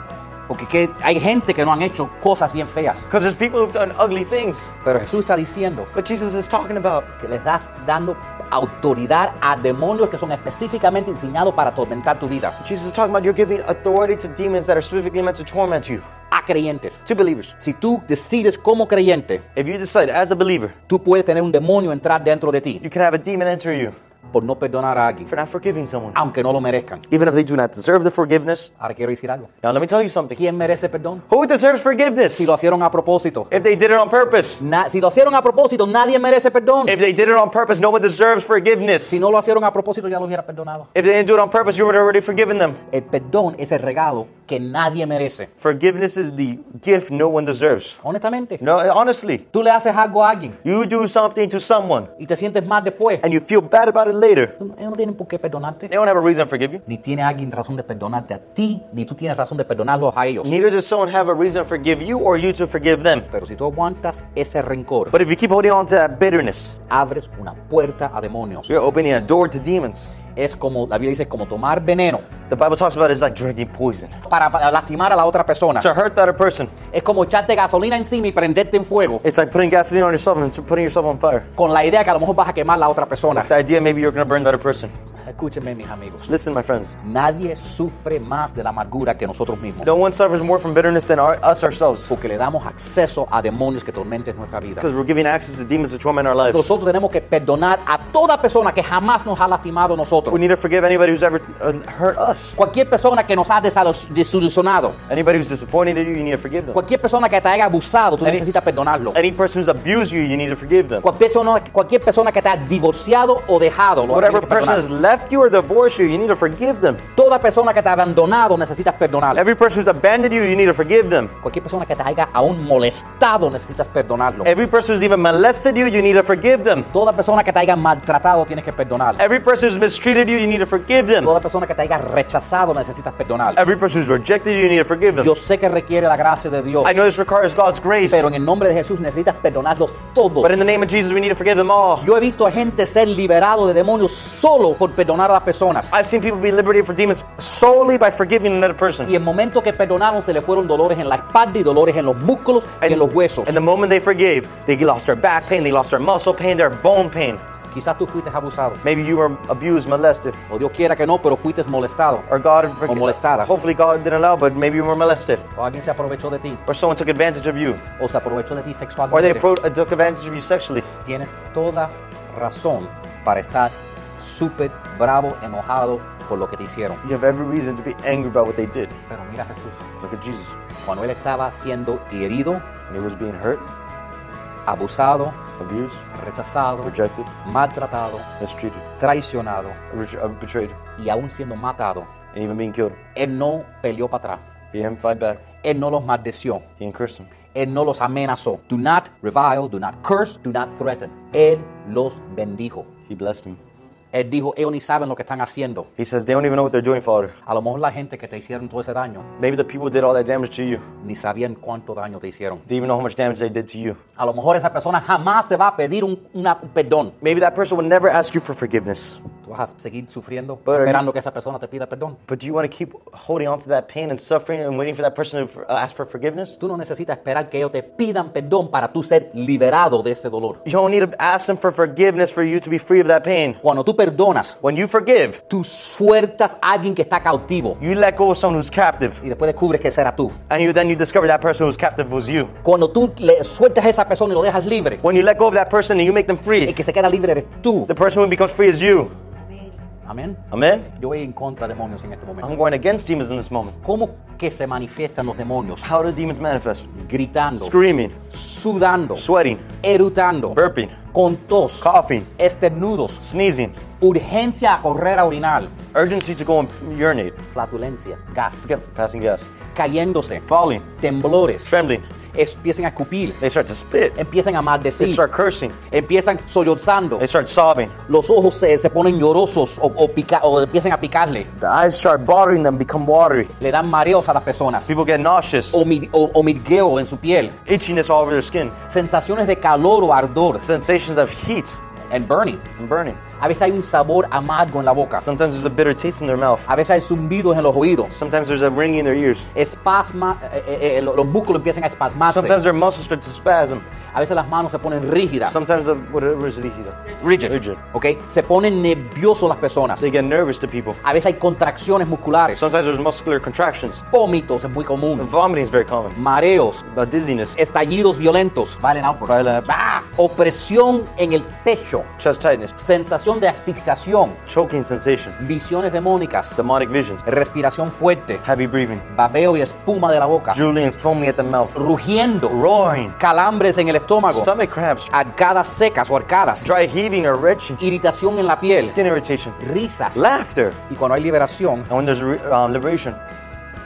A: Porque que- hay gente que no han hecho cosas bien feas.
B: Because there's people who've done ugly things.
A: Pero Jesús está diciendo
B: But Jesus is talking about
A: que le estás dando autoridad a demonios que son específicamente diseñados para atormentar tu vida.
B: Jesus is talking about you're giving authority to demons that are specifically meant to torment you.
A: A creyentes.
B: To believers.
A: Si tú decides como creyente,
B: If you decide as a believer,
A: tú puedes tener un demonio entrar dentro de ti
B: you can have a demon enter you
A: por no perdonar a alguien,
B: for not forgiving someone.
A: aunque no lo merezcan.
B: Even if they do not deserve the forgiveness.
A: Ahora quiero decir algo.
B: Now let me tell you something.
A: ¿Quién merece perdón?
B: Who deserves forgiveness?
A: Si lo hicieron a propósito.
B: If they did it on purpose.
A: Na- si lo hicieron a propósito, nadie merece perdón.
B: If they did it on purpose, no one deserves forgiveness.
A: Si no lo hicieron a propósito, ya lo hubiera perdonado.
B: If they didn't do it on purpose, you would have already forgiven them.
A: El perdón es el regalo que nadie merece.
B: Forgiveness is the gift no one deserves.
A: Honestamente,
B: No, honestly,
A: tú le haces algo a alguien
B: you do something to someone
A: y te sientes mal después.
B: and you feel bad about it later.
A: Ellos no tienen por qué perdonarte.
B: They don't have a reason to forgive you.
A: Ni tiene alguien razón de perdonarte a ti, ni tú tienes razón de perdonarlos a ellos.
B: Neither does someone have a reason to forgive you or you to forgive them.
A: Pero si tú aguantas ese rencor,
B: But if you keep holding on to that bitterness,
A: abres una puerta a demonios.
B: you're opening a door to demons.
A: Es como, la Biblia dice, como tomar veneno
B: The Bible talks about it's like drinking poison.
A: para, para lastimar a la otra persona.
B: To hurt that other person,
A: Es como echarte gasolina encima y prenderte en fuego
B: it's like putting gasoline on yourself and putting yourself on fire.
A: con la idea que a lo mejor vas a quemar a la otra persona.
B: The idea maybe you're gonna burn the other person.
A: Escúchenme, mis amigos.
B: Listen, my friends.
A: Nadie sufre más de la amargura que nosotros mismos.
B: No one suffers more from bitterness than our, us ourselves
A: Porque le damos acceso a demonios que tormenten nuestra vida.
B: because we're giving access to demons that torment our lives.
A: Nosotros tenemos que perdonar a toda persona que jamás nos ha lastimado a nosotros.
B: We need to forgive anybody who's ever uh, hurt us.
A: Cualquier persona que nos ha desalo- desilusionado.
B: Anybody who's disappointed in you, you need to forgive them.
A: Cualquier persona que te haya abusado, tú
B: Any-
A: necesitas perdonarlo.
B: Any person who's abused you, you need to forgive them.
A: Cualquier persona, cualquier persona que te ha divorciado o dejado, lo tienes
B: Whatever
A: que
B: person
A: perdonar.
B: has left you or divorced you, you need to forgive them.
A: Toda persona que te ha abandonado, necesitas perdonarlo.
B: Every person who's abandoned you, you need to forgive them.
A: Cualquier persona que te haya aún molestado, necesitas perdonarlo.
B: Every person who's even molested you, you need to forgive them.
A: Toda persona que te haya maltratado, tienes que perdonarlo.
B: Every person who's mistreated you, you need to forgive them.
A: Toda persona que te haya rechazado, necesitas perdonarlo.
B: Every person who's rejected you, you need to forgive them.
A: Yo sé que requiere la gracia de Dios,
B: I know this requires God's grace,
A: pero en el nombre de Jesús necesitas perdonarlos todos.
B: but in the name of Jesus, we need to forgive them all.
A: Yo he visto a gente ser liberado de demonios solo por perdonar a las personas.
B: I've seen people be liberated from demons solely by forgiving another person.
A: Y el momento que perdonaron se le fueron dolores en la espalda y dolores en los músculos y en los huesos.
B: and the moment they forgave, they lost their back pain, they lost their muscle pain, their bone pain.
A: Quizás tú fuiste abusado.
B: Maybe you were abused, molested,
A: O Dios quiera que no, pero fuiste molestado.
B: or God
A: O molestada.
B: Hopefully, God didn't allow, but maybe you were molested,
A: O alguien se aprovechó de ti.
B: or someone took advantage of you,
A: O se aprovechó de ti
B: or they
A: sexualmente.
B: pro- took advantage of you sexually.
A: Tienes toda razón para estar súper bravo, enojado por lo que te hicieron.
B: You have every reason to be angry about what they did.
A: Pero mira Jesús,
B: Look at Jesus.
A: cuando él estaba siendo herido,
B: When he was being hurt,
A: abusado,
B: abused,
A: rechazado,
B: rejected,
A: maltratado,
B: mistreated,
A: traicionado
B: ret- uh, betrayed,
A: y aún siendo matado,
B: and even being killed.
A: él no peleó para atrás.
B: He didn't fight back.
A: Él no los maldeció.
B: He didn't curse them.
A: Él no los amenazó. Do not revile, do not curse, do not threaten. Él los bendijo.
B: He blessed them.
A: Él dijo, ellos ni saben lo que están haciendo.
B: He says they don't even know what they're doing, Father.
A: A lo mejor la gente que te hicieron todo ese daño,
B: Maybe the people did all that damage to you.
A: ni sabían cuánto daño te hicieron.
B: They even know how much damage they did to you.
A: A lo mejor esa persona jamás te va a pedir un, una- un perdón.
B: Maybe that person would never ask you for forgiveness.
A: Tú vas a seguir sufriendo,
B: Pero-
A: esperando que esa persona te pida perdón.
B: But do you want to keep holding on to that pain and suffering and waiting for that person to uh, ask for forgiveness?
A: Tú no necesitas esperar que ellos te pidan perdón para tú ser liberado de ese dolor.
B: You don't need to ask them for forgiveness for you to be free of that pain.
A: Cuando tú perdonas,
B: When you forgive,
A: tú sueltas a alguien que está cautivo
B: you let go of someone who's captive,
A: y después descubres que será tú.
B: and you then you discover that person who's captive was you.
A: Cuando tú le sueltas a esa persona y lo dejas libre,
B: When you let go of that person and you make them
A: el
B: free,
A: que se queda libre eres tú.
B: the person who becomes free is you.
A: Amén.
B: Amen.
A: Yo voy en contra de demonios en este momento.
B: I'm going against demons in this moment.
A: ¿Cómo que se manifiestan los demonios?
B: How do demons manifest?
A: Gritando,
B: Screaming,
A: sudando,
B: sweating,
A: erutando,
B: burping,
A: con tos,
B: coughing,
A: estornudos,
B: sneezing,
A: urgencia a correr a orinar,
B: urgency to go and urinate,
A: flatulencia, gas,
B: Forget passing gas,
A: cayéndose,
B: falling,
A: temblores,
B: trembling.
A: es- empiezan a escupir,
B: They start to spit.
A: empiezan a
B: They
A: maldecir,
B: start cursing.
A: empiezan sollozando,
B: They start sobbing.
A: los ojos se, se ponen llorosos o, o pica- o empiezan a picarle,
B: The eyes start bothering them, become watery.
A: le dan mareos a las personas,
B: People get nauseous,
A: o, mi- o- o mirgueo en su piel,
B: itchiness all over their skin,
A: sensaciones de calor o ardor,
B: sensations of heat
A: and burning.
B: and burning.
A: A veces hay un sabor amargo en la boca,
B: Sometimes there's a bitter taste in their mouth.
A: a veces hay zumbidos en los oídos,
B: Sometimes there's a ringing in their ears.
A: espasma, eh, eh, eh, los los músculos empiezan a espasmarse.
B: Sometimes their muscles start to spasm.
A: A veces las manos se ponen rígidas.
B: Sometimes the, whatever is rigid.
A: Rigid.
B: Rigid.
A: ¿Ok? Se ponen nerviosos las personas.
B: They get nervous to people.
A: A veces hay contracciones musculares.
B: Sometimes there's muscular contractions.
A: Vómitos es muy común.
B: Vomiting is very common.
A: Mareos.
B: Uh, dizziness,
A: Estallidos violentos. Violent outbursts.
B: Violent-
A: Bah. Opresión en el pecho.
B: chest tightness,
A: Sensación de asfixiación.
B: choking sensation,
A: Visiones demoníacas.
B: demonic visions,
A: Respiración fuerte.
B: heavy breathing,
A: Babeo y espuma de la boca.
B: drooling and foaming at the mouth,
A: Rugiendo.
B: roaring,
A: Calambres en el estómago.
B: stomach cramps,
A: Arcadas secas o arcadas.
B: dry heaving or retching,
A: Irritación en la piel.
B: skin irritation,
A: Risas.
B: laughter.
A: Y cuando hay liberación,
B: And when there's re- um, liberation,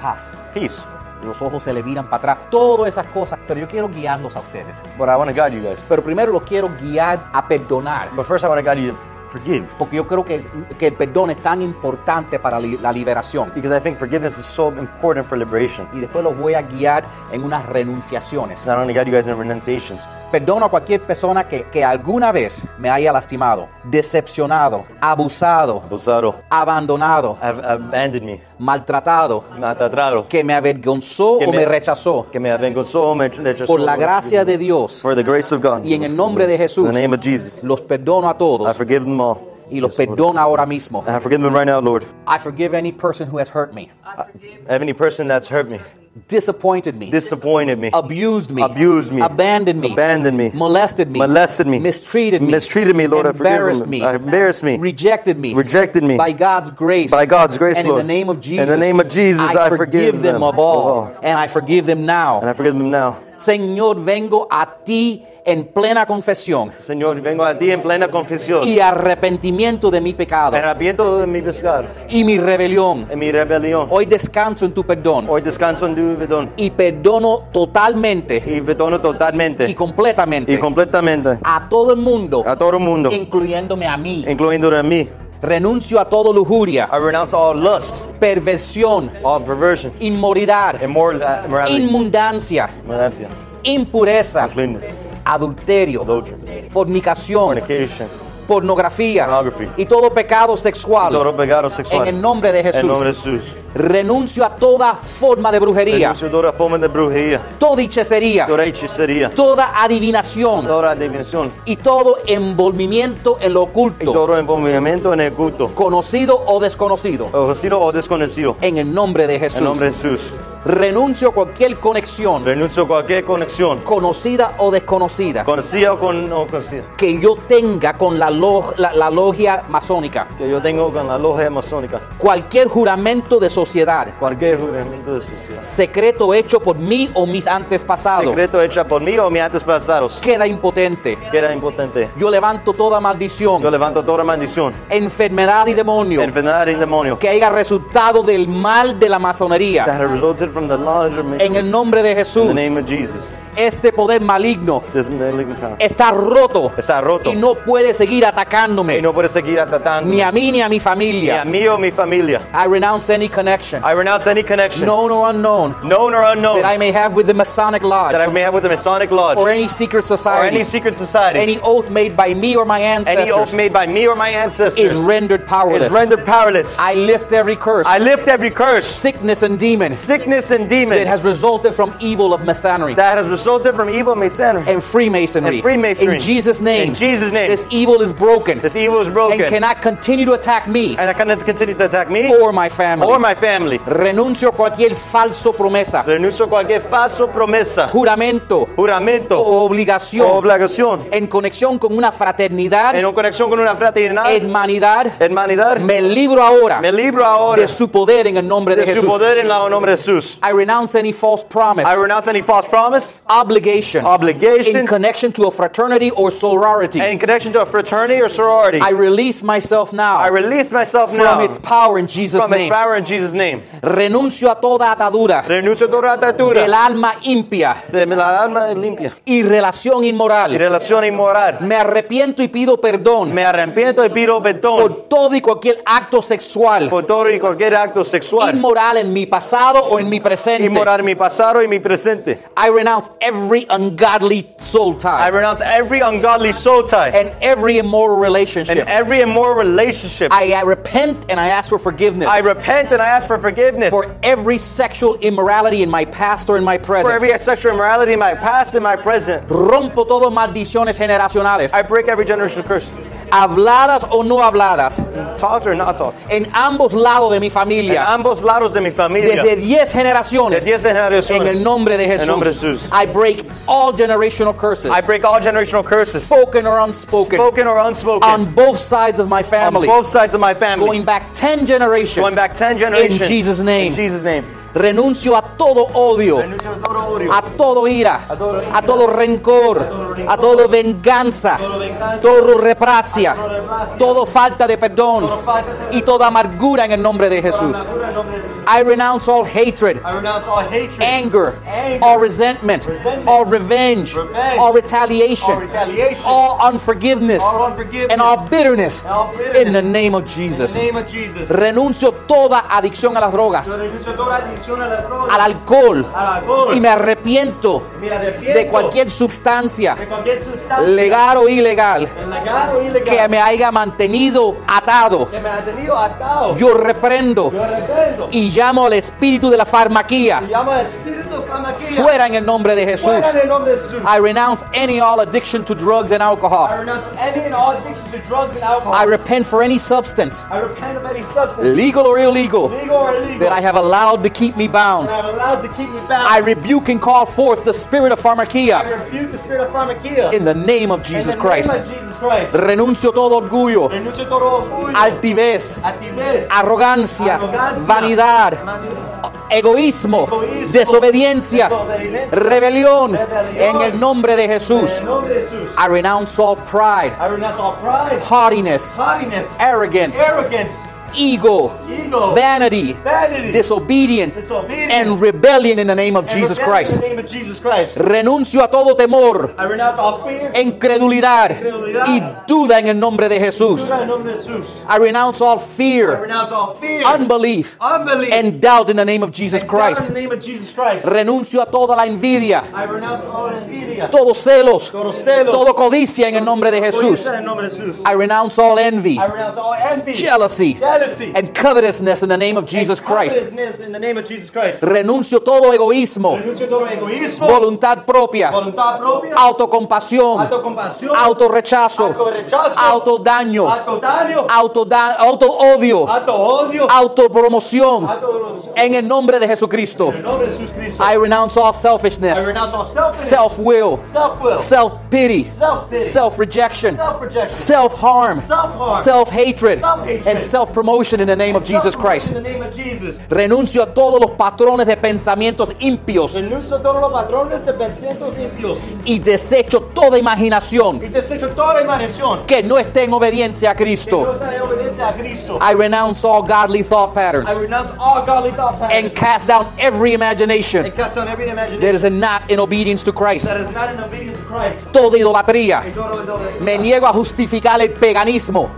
A: paz.
B: peace.
A: Los ojos se le viran para atrás, todas esas cosas. Pero yo quiero guiarlos a ustedes.
B: But I want to guide you guys.
A: Pero primero los quiero guiar a perdonar.
B: But first, I want to guide you to forgive.
A: Porque yo creo que, que el perdón es tan importante para li- la liberación.
B: Because I think forgiveness is so important for liberation.
A: Y después los voy a guiar en unas renunciaciones.
B: Not only guide you guys in renunciations.
A: Perdono a cualquier persona que, que alguna vez me haya lastimado, decepcionado, abusado,
B: Abusado.
A: abandonado,
B: Have abandoned me.
A: maltratado,
B: Me ha tratado.
A: que me avergonzó
B: Que
A: o
B: me-
A: me rechazó.
B: Que me avergonzó, me rechazó.
A: Por la gracia de Dios,
B: For the grace of God.
A: Y en el nombre de Jesús.
B: In the name of Jesus.
A: los perdono a
B: I
A: todos
B: forgive them all.
A: y los perdona ahora mismo.
B: And I forgive them right now, Lord.
A: I forgive any person who has hurt me,
C: I forgive
B: Any person that's hurt me,
A: disappointed me,
B: disappointed me,
A: abused me,
B: Abused me.
A: abandoned me,
B: Abandoned me.
A: molested me,
B: molested me,
A: mistreated me,
B: mistreated me, Lord. I forgive
A: embarrassed
B: them.
A: me,
B: I embarrassed me.
A: rejected me,
B: Rejected me.
A: by God's grace,
B: By God's grace,
A: and
B: Lord.
A: in the name of
B: In the
A: Jesus,
B: name of Jesus,
A: I, forgive them, of all,
B: of all.
A: and I forgive them now.
B: and I forgive them now.
A: Señor, vengo a ti en plena confesión
B: Señor, vengo a ti en plena confesión.
A: y arrepentimiento de mi pecado
B: Me arrepiento de mi pescar,
A: y mi rebelión.
B: en mi rebelión.
A: Hoy descanso en tu perdón
B: Hoy descanso en tu perdón
A: y perdono totalmente
B: y perdono totalmente
A: y completamente
B: y completamente
A: a todo el mundo,
B: a todo el mundo,
A: incluyéndome a mí.
B: incluyendo a mí.
A: Renuncio a toda lujuria,
B: I renounce all lust,
A: perversión,
B: all perversion,
A: inmoralidad,
B: immor- uh, immorality,
A: inmundancia,
B: immorality,
A: impureza,
B: uncleanness,
A: adulterio,
B: adultery,
A: fornicación,
B: fornication,
A: pornografía
B: Pornography.
A: y todo pecado sexual.
B: todo pecado
A: En
B: sexual.
A: el nombre de
B: En nombre
A: Jesús.
B: de Jesús.
A: Renuncio a toda forma de brujería,
B: Renuncio a toda forma de brujería,
A: toda hechicería,
B: toda hechicería,
A: toda adivinación
B: toda dimensión
A: y todo envolvimiento en lo
B: y
A: oculto,
B: todo envolvimiento en el culto,
A: conocido o desconocido.
B: conocido o desconocido.
A: En el nombre de
B: En
A: Jesús.
B: nombre de Jesús.
A: Renuncio a cualquier conexión,
B: Renuncio a cualquier conexión,
A: conocida o desconocida,
B: conocida o con, no conocida,
A: que yo tenga con la, log- la- la logia masónica.
B: que yo tengo con la logia masónica.
A: Cualquier juramento de sociedad,
B: Cualquier juramento de sociedad.
A: secreto hecho por mí o mis antepasados,
B: Secreto hecho por mí o mis antepasados.
A: queda impotente.
B: Que era impotente.
A: Yo levanto toda maldición.
B: Yo levanto toda maldición,
A: enfermedad y demonio
B: enfermedad y demonio.
A: que haya resultado del mal de la
B: That
A: masonería.
B: have resulted from the knowledge of me.
A: En el nombre de
B: In
A: Jesús,
B: the name of Jesus.
A: este poder maligno
B: This malignant power
A: está roto
B: está roto.
A: y no puede seguir
B: Y
A: atacándome,
B: no puede seguir atacando
A: ni a mí ni a mi
B: ni a
A: familia.
B: mí o mi familia.
A: I renounce any connection,
B: I renounce any connection,
A: known or unknown,
B: known or unknown,
A: that I may have with the Masonic
B: that I
A: Lodge
B: may have with the Masonic Lodge
A: or any secret
B: or any
A: society.
B: secret society.
A: Any oath made by me or my
B: Any oath
A: ancestors
B: made by me or my ancestors
A: is rendered
B: is
A: powerless.
B: rendered powerless.
A: I lift every curse,
B: I lift every curse,
A: sickness, and demon
B: sickness, and demon
A: that has resulted from evil of Masonry.
B: that has resulted from evil masonry.
A: and Freemasonry.
B: And Freemasonry.
A: In Jesus' name.
B: In Jesus' name.
A: This evil is broken
B: This evil is broken,
A: and cannot continue to attack me
B: and I cannot continue to attack me
A: or my family.
B: or my family.
A: Renuncio a cualquier falso promesa,
B: Renuncio a cualquier falso promesa,
A: juramento
B: juramento
A: o
B: o
A: obligación
B: obligación
A: en conexión con una fraternidad,
B: en conexión con una fraternidad,
A: hermanidad.
B: hermanidad.
A: Me libro ahora
B: Me libro ahora
A: de su poder en el nombre de
B: de su
A: Jesús.
B: poder en el nombre de Jesús.
A: I renounce any false promise,
B: I renounce any false promise,
A: obligation, in
B: obligations,
A: connection to a fraternity or sorority.
B: and in connection to a fraternity or sorority.
A: I release myself now
B: I release myself now
A: from its power in Jesus'
B: from its
A: name.
B: power in Jesus' name.
A: Renuncio a toda atadura
B: Renuncio a toda atatura
A: del alma impia
B: de la alma limpia
A: y relación
B: y
A: inmoral.
B: relación inmoral.
A: Me arrepiento y pido perdón
B: Me arrepiento y pido perdón
A: por todo y cualquier acto sexual
B: por todo y cualquier acto sexual
A: inmoral en mi pasado o en mi presente.
B: inmoral en mi pasado y mi presente.
A: I renounce every ungodly soul
B: I
A: tie
B: renounce every ungodly soul tie
A: and every immoral
B: and
A: relationship.
B: every immoral relationship.
A: I I repent and I ask for forgiveness
B: I repent and I ask for forgiveness for
A: for every sexual immorality in my past or in my present.
B: every sexual immorality in my past and my present.
A: Rompo todo maldiciones generacionales,
B: I break every generational curse,
A: habladas o no habladas,
B: talked or not talked.
A: en ambos lados de mi
B: En
A: familia.
B: ambos lados de mi familia,
A: desde 10
B: de
A: generaciones
B: 10 generaciones.
A: en el nombre de Jesús.
B: En nombre de Jesús.
A: I break all generational curses,
B: I break all generational curses,
A: spoken or unspoken,
B: spoken or unspoken,
A: on both sides of my
B: on
A: family,
B: both sides of my family,
A: going back 10 generations.
B: Going back 10 generations.
A: In Jesus' name.
B: In Jesus' name.
A: Renuncio a todo odio,
B: Renuncio a todo odio,
A: a todo ira,
B: A todo ira.
A: a todo rencor, a todo venganza,
B: venganza.
A: todo repracia,
B: todo repracia.
A: todo falta de perdón
B: Todo falta de perdón.
A: y toda amargura en el nombre de Jesús.
B: amargura en nombre de Jesús.
A: I renounce all hatred,
B: I renounce all hatred,
A: anger,
B: Anger.
A: or resentment,
B: Resentment.
A: or revenge,
B: Revenge.
A: or retaliation,
B: all retaliation,
A: all unforgiveness,
B: all unforgiveness,
A: and all bitterness,
B: and all bitterness.
A: in the name of
B: in
A: Jesus.
B: the name of Jesus.
A: Renuncio toda adicción a las drogas,
B: Renuncio a toda adicción a la droga,
A: al alcohol,
B: al alcohol.
A: y me arrepiento
B: Me arrepiento
A: de cualquier sustancia,
B: de cualquier sustancia,
A: legal o ilegal,
B: legal o ilegal,
A: que me haya mantenido atado.
B: que me ha tenido atado.
A: Yo reprendo
B: Yo arrepiento.
A: y llamo al espíritu de la farmaquía
B: llama espíritu
D: Amaquilla.
A: Fuera en el nombre de Ah. Jesús.
D: Fuera en el nombre de Jesús.
A: I renounce any and all addiction to drugs and
D: I
A: alcohol.
D: renounce any and all addictions to drugs and alcohol.
A: I repent for any substance,
D: I repent of any substance,
A: legal or illegal,
D: legal or illegal,
A: that I have allowed to keep me bound.
D: that I'm allowed to keep me bound.
A: I rebuke and call forth the spirit of
D: I
A: pharmakia
D: rebuke the spirit of pharmakia.
A: in the name of
D: In
A: Jesus
D: the
A: Christ.
D: Name of Jesus Christ.
A: Renuncio todo orgullo,
D: Renuncio todo orgullo,
A: altivez,
D: altivez,
A: arrogancia,
D: arrogancia,
A: vanidad,
D: vanidad,
A: egoísmo,
D: Egoísmo.
A: desobediencia,
D: Desobediencia.
A: rebelión
D: Rebelión.
A: en el nombre de
D: En
A: Jesús.
D: el nombre de Jesús.
A: I renounce all pride,
D: I renounce all pride,
A: haughtiness,
D: haughtiness,
A: arrogance,
D: arrogance,
A: ego,
D: ego,
A: vanity,
D: vanity,
A: disobedience,
D: Disobedience.
A: and rebellion in the name of
D: and
A: Jesus
D: rebellion
A: Christ.
D: In the name of Jesus Christ.
A: Renuncio a todo temor,
D: I renounce all fear.
A: incredulidad
D: Incredulidad.
A: y duda en el nombre de Jesús.
D: In the name of Jesus.
A: I renounce all
D: I
A: fear,
D: renounce all fear,
A: unbelief,
D: unbelief,
A: and doubt in the name of Jesus
D: and God
A: Christ.
D: In the name of Jesus Christ.
A: Renuncio a toda la envidia,
D: I renounce all envidia,
A: todos celos,
D: todo celo,
A: todo codicia en el nombre de Jesús.
D: En el nombre de Jesús.
A: I renounce all envy,
D: I renounce all envy,
A: jealousy,
D: jealousy,
A: and covetousness in the name of Jesus
D: and
A: Christ.
D: covetousness In the name of Jesus Christ.
A: Renuncio todo egoísmo,
D: Renuncio todo egoísmo,
A: voluntad propia,
D: voluntad propia,
A: autocompasión,
D: autocompasión,
A: autorrechazo,
D: autorrechazo,
A: autodaño,
D: autodaño,
A: autoda- autoodio,
D: autoodio,
A: autopromoción
D: autodestrucción.
A: en el nombre de Jesucristo.
D: En el nombre de Jesucristo.
A: I renounce all
D: I
A: selfishness,
D: renounce all selfishness,
A: self will,
D: self-will,
A: self pity,
D: Self-pity.
A: self rejection,
D: self-rejection,
A: self harm,
D: Self-harm.
A: self hatred,
D: Self-hatred.
A: and self promotion in the name of Jesus
D: Self-promotion
A: Christ.
D: In the name of Jesus.
A: Renuncio a todos los patrones de pensamientos impios
D: Renuncio a todos los patrones de pensamientos impios
A: y desecho toda imaginación
D: y desecho toda imaginación
A: que no esté en obediencia a
D: que no
A: Cristo.
D: sea en obediencia a Cristo.
A: I renounce all godly thought patterns
D: I renounce all godly thought patterns
A: and cast down every imagination
D: and cast down every
A: that
D: imagination
A: is not in obedience to Christ.
D: that is not in obedience to Christ.
A: Toda idolatría.
D: Y todo lo que-
A: Me niego a justificar el paganismo.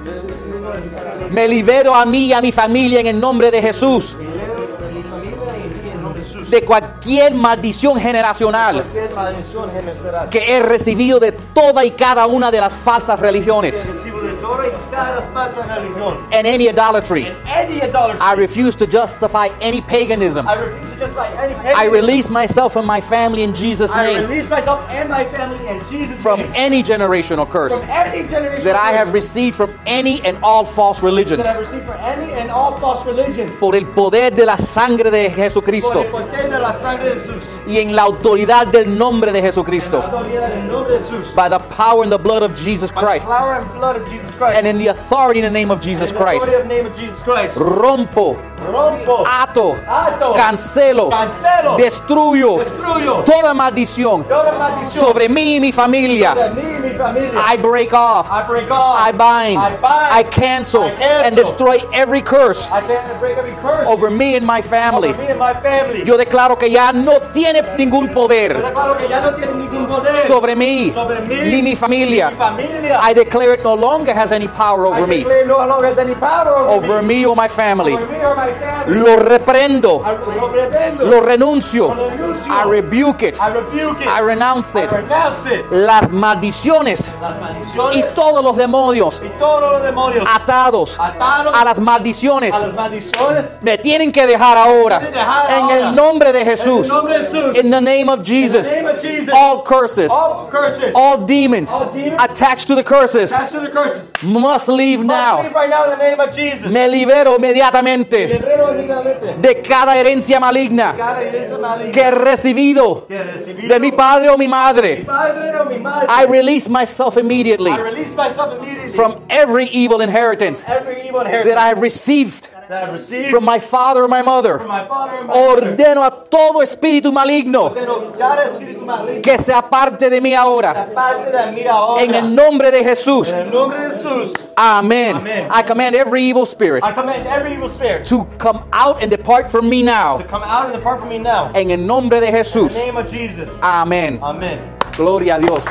A: Me libero a mí y a mi familia en el nombre de Jesús
D: Y leo de mi familia y en el nombre de Jesús.
A: de cualquier maldición generacional
D: Cualquier maldición general
A: que he recibido de toda y cada una de las falsas religiones.
D: recibo de toda y cada falsa religión.
A: And any idolatry.
D: And any idolatry.
A: I refuse to justify any paganism.
D: I refuse to justify any
A: I release myself and my family in Jesus'
D: I
A: name
D: release myself and my family in Jesus'
A: from
D: name.
A: any generational curse
D: from any generation
A: that I
D: of
A: have
D: curse
A: received from any and all false religions.
D: that I've received from any and all false religions.
A: Por el poder de la sangre de
D: Por
A: Jesucristo
D: el poder de la sangre de Jesús.
A: y en la autoridad del nombre de
D: En la
A: Jesucristo.
D: autoridad del nombre de Jesús.
A: by the power and the blood of Jesus
D: By the
A: Christ
D: power and blood of Jesus Christ.
A: and in the authority in the name of
D: In
A: Jesus
D: the
A: Christ.
D: authority of name of Jesus Christ.
A: Rompo,
D: Rompo.
A: ato,
D: Ato.
A: cancelo,
D: Cancelo.
A: destruyo
D: Destruyo.
A: toda maldición
D: Toda maldición.
A: sobre mí y mi
D: De
A: familia.
D: mí y mi familia.
A: I break off,
D: I break off.
A: I bind,
D: I bind.
A: I cancel,
D: I cancel.
A: and destroy every curse
D: I can break every curse.
A: over me and my family.
D: Over me and my family.
A: Yo declaro que ya no tiene ningún
D: Yo
A: poder
D: declaro que ya no tiene ningún poder.
A: sobre mí
D: Sobre mí.
A: ni mi familia.
D: Mi familia.
A: I declare it no longer has any power over
D: I
A: me,
D: declare no longer has any power over,
A: over me or my
D: me.
A: family.
D: Over me or my family.
A: Lo reprendo.
D: I, lo reprendo.
A: Lo renuncio.
D: Lo renuncio.
A: I rebuke it.
D: I rebuke it.
A: I renounce
D: I
A: it.
D: renounce it.
A: Las maldiciones
D: Las
A: y
D: maldiciones
A: todos los demonios
D: y todos los demonios
A: atados
D: atados
A: a las maldiciones
D: a las maldiciones.
A: me tienen que dejar
D: Tienen que
A: ahora.
D: dejar
A: En
D: ahora.
A: el nombre de
D: En el
A: Jesús.
D: nombre de Jesús.
A: In the name of Jesus.
D: In the name of Jesus.
A: All curses,
D: all curses.
A: all demons
D: All demons
A: attached to the curses
D: attached to the curses.
A: must leave
D: Must leave
A: now.
D: Right now in the name of Jesus.
A: Me libero inmediatamente
D: Guerrero, olvídate.
A: de cada herencia maligna
D: Cara iglesia maligna.
A: que he recibido
D: Que recibí
A: de mi padre o mi madre.
D: padre o mi madre.
A: I release myself immediately
D: I release myself immediately
A: from every evil inheritance
D: every evil inheritance
A: that I have received
D: that I received
A: from my father or my
D: from
A: mother.
D: my father and my mother.
A: Ordeno a todo espíritu maligno
D: Ordeno cada espíritu maligno
A: que se aparte de mí ahora.
D: que parte de mí ahora.
A: En el nombre de Jesús.
D: En el nombre de Jesús,
A: Amen.
D: Amén.
A: I command every evil spirit
D: I command every evil spirit
A: to come out and depart from me
D: to
A: now.
D: come out and depart from me now. In
A: En el nombre de
D: the
A: Jesús.
D: name of Jesus.
A: Amén.
D: Amen.
A: Gloria a Dios.